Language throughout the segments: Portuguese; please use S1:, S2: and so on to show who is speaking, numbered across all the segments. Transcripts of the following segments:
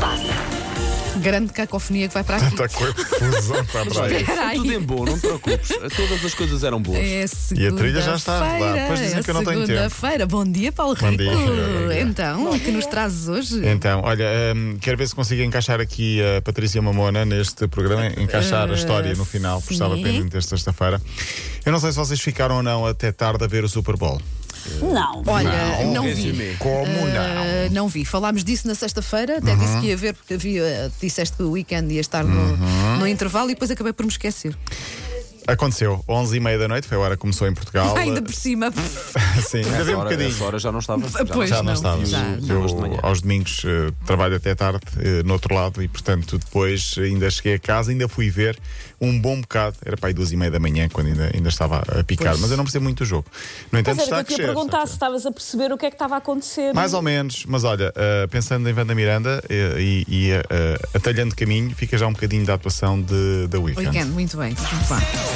S1: passa?
S2: Grande cacofonia que vai para aqui.
S3: Tanta confusão que vai para aí.
S2: Espera aí.
S4: Tudo em bom, não te preocupes. Todas as coisas eram boas.
S2: É
S3: E a trilha já está a rodar.
S2: segunda-feira,
S3: Pois dizem que eu não tenho tempo.
S2: Segunda-feira. Bom dia, Paulo
S3: Bom
S2: Rico.
S3: dia, bom dia.
S2: Então, o que nos trazes hoje?
S3: Então, olha, hum, quero ver se consigo encaixar aqui a Patrícia Mamona neste programa, encaixar
S2: Eh,
S3: a história no final, porque estava
S2: sim.
S3: pendente esta sexta-feira. Eu não sei se vocês ficaram ou não até tarde a ver o Super Bowl.
S1: Não.
S2: Olha, não, vi.
S4: resumir.
S3: Como Uhum.
S2: Ah, não vi. Falámos disso na sexta-feira, até disse que ia ver, porque havia, disseste que o weekend ia estar no,
S3: Uhum.
S2: no intervalo e depois acabei por me esquecer.
S3: não? Aconteceu, 11h30 da noite, foi a hora que começou em Portugal.
S2: Ainda por cima. pff,
S3: Sim, ainda
S4: Essa
S3: vi um
S4: hora-
S3: bocadinho.
S4: essa hora já não estava. já
S2: Pois.
S3: Já não,
S2: não,
S3: estava.
S2: já
S4: não.
S3: Eu,
S4: Hoje de manhã.
S3: aos domingos eh, trabalho até tarde eh, no outro lado e, portanto, depois ainda cheguei a casa, ainda fui ver um bom bocado. Era para aí duas e meia da manhã, quando ainda, ainda estava a picar,
S2: Pois.
S3: mas eu não percebo muito o jogo. No entanto,
S1: Mas era
S3: está a
S1: que eu te
S3: crescer.
S1: ia
S3: está a
S1: perguntar se estavas a perceber o que é que estava a acontecer.
S3: mais ou menos, mas olha, eh, pensando em Wanda Miranda eh, e, e eh, eh, atalhando caminho, fica já um bocadinho da atuação de, da Weekend.
S2: Weekend, muito bem. Muito bem.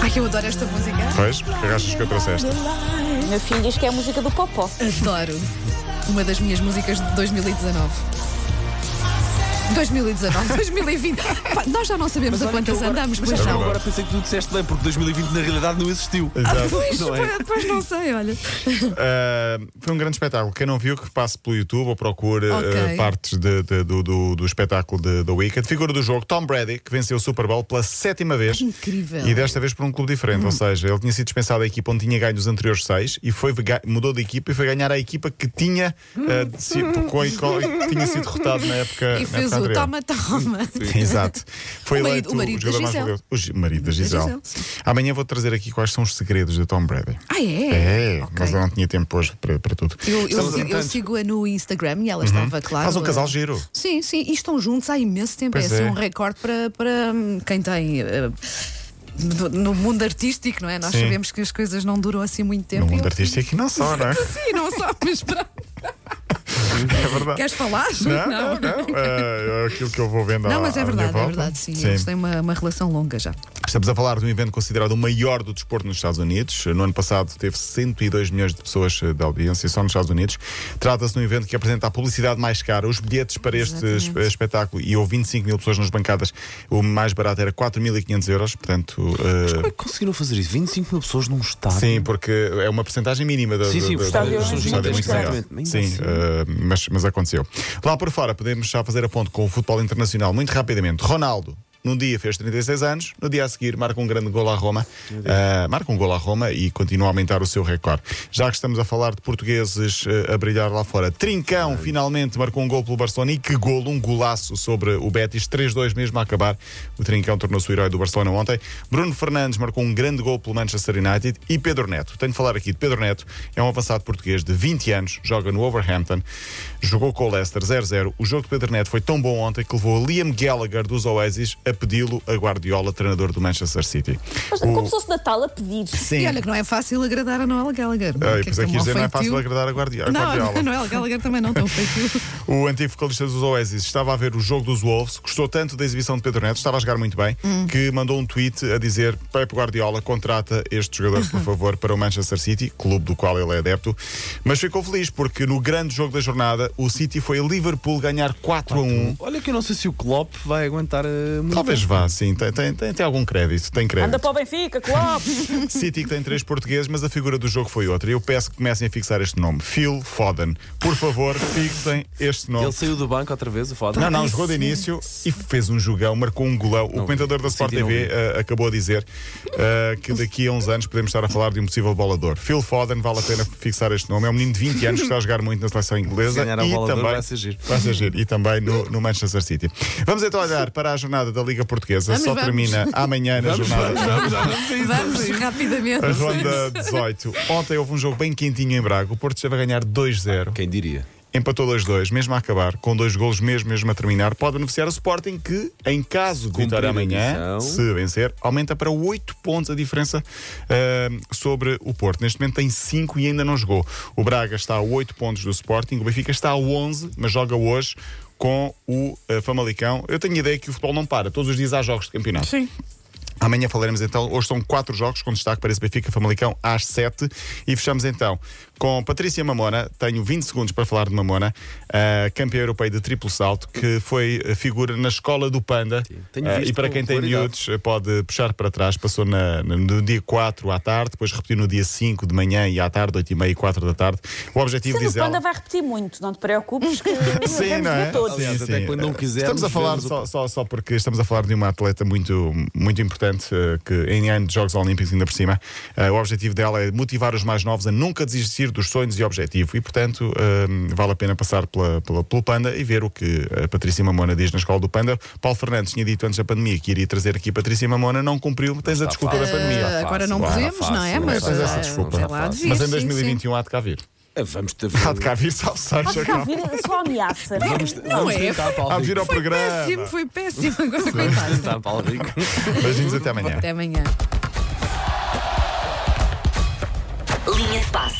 S2: Ai, que eu adoro esta música.
S3: Pois, porque achas que eu trouxe esta?
S1: Meu filho diz que é a música do Popó.
S2: Adoro. Uma das minhas músicas de 2019. 2019, 2020. Pá, Nós já não sabemos a
S4: olha que
S2: quantas
S4: eu agora-
S2: andamos,
S4: mas
S2: pois
S4: eu
S2: não.
S4: agora pensei que tu disseste bem, porque 2020 na realidade não existiu.
S3: Exato.
S2: Pois,
S4: Não é?
S2: pois não sei, olha.
S3: Uh, foi um grande espetáculo. Quem não viu, que passe pelo YouTube ou procure uh,
S2: Ok.
S3: partes de- de- do, do- do espetáculo de- da Wicked. Figura do jogo, Tom Brady, que venceu o Super Bowl pela sétima vez.
S2: Incrível.
S3: E desta vez por um clube diferente,
S2: Hum.
S3: ou seja, ele tinha sido dispensado da equipa onde tinha ganho os anteriores seis e foi, ga- mudou de equipa e foi ganhar a equipa que tinha, uh, de si- com- com- que tinha sido derrotado na época.
S2: Hum. E
S3: na
S2: fez
S3: época
S2: o
S3: anterior.
S2: toma, toma.
S3: Exato. Foi
S2: O marido-
S3: eleito
S2: o marido da
S3: jogador mais
S2: Gisele.
S3: valioso. O gi- marido da Gisele.
S2: Gisele,
S3: Amanhã vou trazer aqui quais são os segredos de Tom Brady.
S2: Ah, é?
S3: É,
S2: Ok.
S3: mas eu não tinha tempo hoje para, para tudo.
S2: Eu, eu
S3: Estamos
S2: sigo- eu
S3: entanto,
S2: sigo-a no Instagram e ela estava, claro.
S3: Faz um casal
S2: eh,
S3: giro.
S2: Sim, sim. E estão juntos há imenso tempo.
S3: Pois
S2: é assim,
S3: é.
S2: um recorde para, para hum, quem tem. eh, no- no mundo artístico, não é? Nós
S3: Sim.
S2: sabemos que as coisas não duram assim muito tempo.
S3: no
S2: e
S3: mundo
S2: eu-
S3: artístico e não só, não é?
S2: Sim, não só, mas para.
S3: É verdade.
S2: Queres falar?
S3: Não, não, não. É, é aquilo que eu vou vendo à-
S2: Não, mas é
S3: à minha
S2: verdade, é
S3: volta.
S2: verdade, sim. Eles têm uma, uma relação longa já.
S3: Estamos a falar de um evento considerado o maior do desporto nos Estados Unidos. No ano passado teve 102 milhões de pessoas eh, de audiência só nos Estados Unidos. Trata-se de um evento que apresenta a publicidade mais cara. Os bilhetes para este
S2: Exatamente.
S3: es- espetáculo e houve 25 mil pessoas nas bancadas. O mais barato era 4.500 euros, portanto. eh,
S4: Como é que conseguiram fazer isso? 25 mil pessoas num estádio.
S3: Sim, porque é uma porcentagem mínima da
S4: Sim,
S3: da-
S4: sim, o
S3: da-
S4: estádio
S3: da- do
S4: é um
S3: estádio é muito
S4: gigantesco,
S3: maior.
S4: exatamente.
S3: Sim,
S4: Ainda
S3: eh, mas, mas aconteceu. Lá por fora, podemos já fazer a ponto com o futebol internacional muito rapidamente. Ronaldo. Num dia fez 36 anos, no dia a seguir marca um grande gol à Roma, eh, marca um gol à Roma e continua a aumentar o seu recorde. Já que estamos a falar de portugueses eh, a brilhar lá fora, Trincão finalmente marcou um gol pelo Barcelona e que golo, um golaço sobre o Betis, 3-2 mesmo a acabar. O Trincão tornou-se o herói do Barcelona ontem. Bruno Fernandes marcou um grande gol pelo Manchester United e Pedro Neto. Tenho de falar aqui de Pedro Neto, é um avançado português de 20 anos, joga no Overhampton, jogou com o Leicester 0-0. O jogo de Pedro Neto foi tão bom ontem que levou Liam Gallagher dos Oasis a pedi-lo a Guardiola, treinador do Manchester City.
S2: Hum,
S1: Mas
S3: O-
S1: como se fosse Natal a pedir.
S3: Sim.
S2: E olha que não é fácil agradar a Noel Gallagher. não é?
S3: Ah,
S2: Que
S3: e
S2: é
S3: depois aqui
S2: tão
S3: dizer, não é
S2: feitio.
S3: fácil agradar a Guardia- a Guardiola.
S2: Não, a Noel Gallagher também não é tão feito.
S3: O antigo vocalista dos Oasis estava a ver o jogo dos Wolves, gostou tanto da exibição de Pedro Neto, estava a jogar muito bem, que mandou um tweet a dizer: Pepe Guardiola contrata este jogador, por favor, para o Manchester City, clube do qual ele é adepto. Mas ficou feliz porque no grande jogo da jornada, o City foi a Liverpool ganhar 4 a 1.
S4: Olha que eu não sei se o Klopp vai aguentar eh, muito.
S3: Talvez vá, sim, tem, tem, tem, tem algum crédito, tem crédito.
S1: um. Anda para o Benfica, Klopp.
S3: City que tem três portugueses, mas a figura do jogo foi outra. Eu peço que comecem a fixar este nome: Phil Foden. Por favor, fixem este nome.
S4: Ele saiu do banco outra vez, o foda.
S3: Não, não, jogou de início e fez um jogão, marcou um golão. O comentador da Sport
S4: City não
S3: TV eh, acabou a dizer eh, que daqui a uns anos podemos estar a falar de um possível bolador. Phil Foden, vale a pena fixar este nome. É um menino de 20 anos que está a jogar muito na seleção inglesa.
S4: Se ganhar a
S3: e
S4: bola de ouro,
S3: também,
S4: vai ser giro.
S3: vai ser giro. E também no, no Manchester City. Vamos então olhar para a jornada da Liga Portuguesa.
S2: Vamos,
S3: Só
S2: vamos.
S3: termina amanhã na jornada.
S2: Vamos rapidamente.
S3: A ronda 18. Ontem houve um jogo bem quentinho em Braga. O Porto esteve a ganhar 2-0.
S4: Quem diria?
S3: Empatou 2-2, mesmo a acabar, com dois golos mesmo, mesmo a terminar. Pode beneficiar o Sporting que, em caso de
S4: Cumprir
S3: vitória
S4: a
S3: amanhã,
S4: missão.
S3: se vencer, aumenta para 8 pontos a diferença ahm, sobre o Porto. Neste momento tem 5 e ainda não jogou. O Braga está a 8 pontos do Sporting, o Benfica está a 11, mas joga hoje com o ah, Famalicão. Eu tenho a ideia que o futebol não para, todos os dias há jogos de campeonato.
S2: Sim.
S3: Amanhã falaremos então, hoje são quatro jogos com destaque para esse Benfica Famalicão às sete e fechamos então Com Patrícia Mamona, tenho 20 segundos para falar de Mamona, a campeã europeia de triplo salto, que foi eh, figura na escola do Panda.
S4: tenho
S3: Eh,
S4: visto
S3: e para
S4: com
S3: quem tem miúdos,
S4: regularidade.
S3: eh, pode puxar para trás. Passou na- na- no dia 4 à tarde, depois repetiu no dia 5 de manhã e à tarde, 8 e meia e 4 da tarde. O objetivo,
S1: Sendo
S3: diz
S1: o panda
S3: ela.
S1: vai repetir muito, não te preocupes que
S3: Sim,
S1: vamos
S3: não é?
S1: ver todos.
S4: Aliás, até quando não quisermos,
S3: Estamos a falar
S4: vemos o-
S3: só, só, só porque estamos a falar de uma atleta muito, muito importante eh, que em ano de Jogos Olímpicos ainda por cima. eh, o objetivo dela é motivar os mais novos a nunca desistir dos sonhos e objetivo. E, portanto, eh, vale a pena passar pela, pela- pelo Panda e ver o que a Patrícia Mamona diz na escola do Panda. Paulo Fernandes tinha dito antes da pandemia que iria trazer aqui a Patrícia Mamona, não cumpriu. Tens a
S4: está
S3: desculpa da
S4: fácil.
S3: pandemia.
S2: Ah, agora não
S4: Está
S2: podemos,
S4: fácil,
S2: não é?
S4: não
S2: Mas,
S4: está
S3: Tens essa
S2: ah,
S3: desculpa.
S2: é lá de vir,
S3: Mas em
S2: sim,
S3: 2021 há de cá vir.
S4: Ah, Vamos ter.
S3: Há de cá vir, salve
S1: Pode
S3: seja.
S1: ficar a vir só ameaça.
S4: Vamos,
S2: Não
S4: vamos
S2: é,
S4: tentar, Paulo
S3: Há de vir ao
S4: Rico.
S2: Foi péssimo, foi péssimo. Agora,
S3: programa.
S4: Vamos
S2: coitado.
S4: tentar, Paulo Rico.
S3: Beijinhos até amanhã.
S2: Até amanhã.
S5: Linha de passe.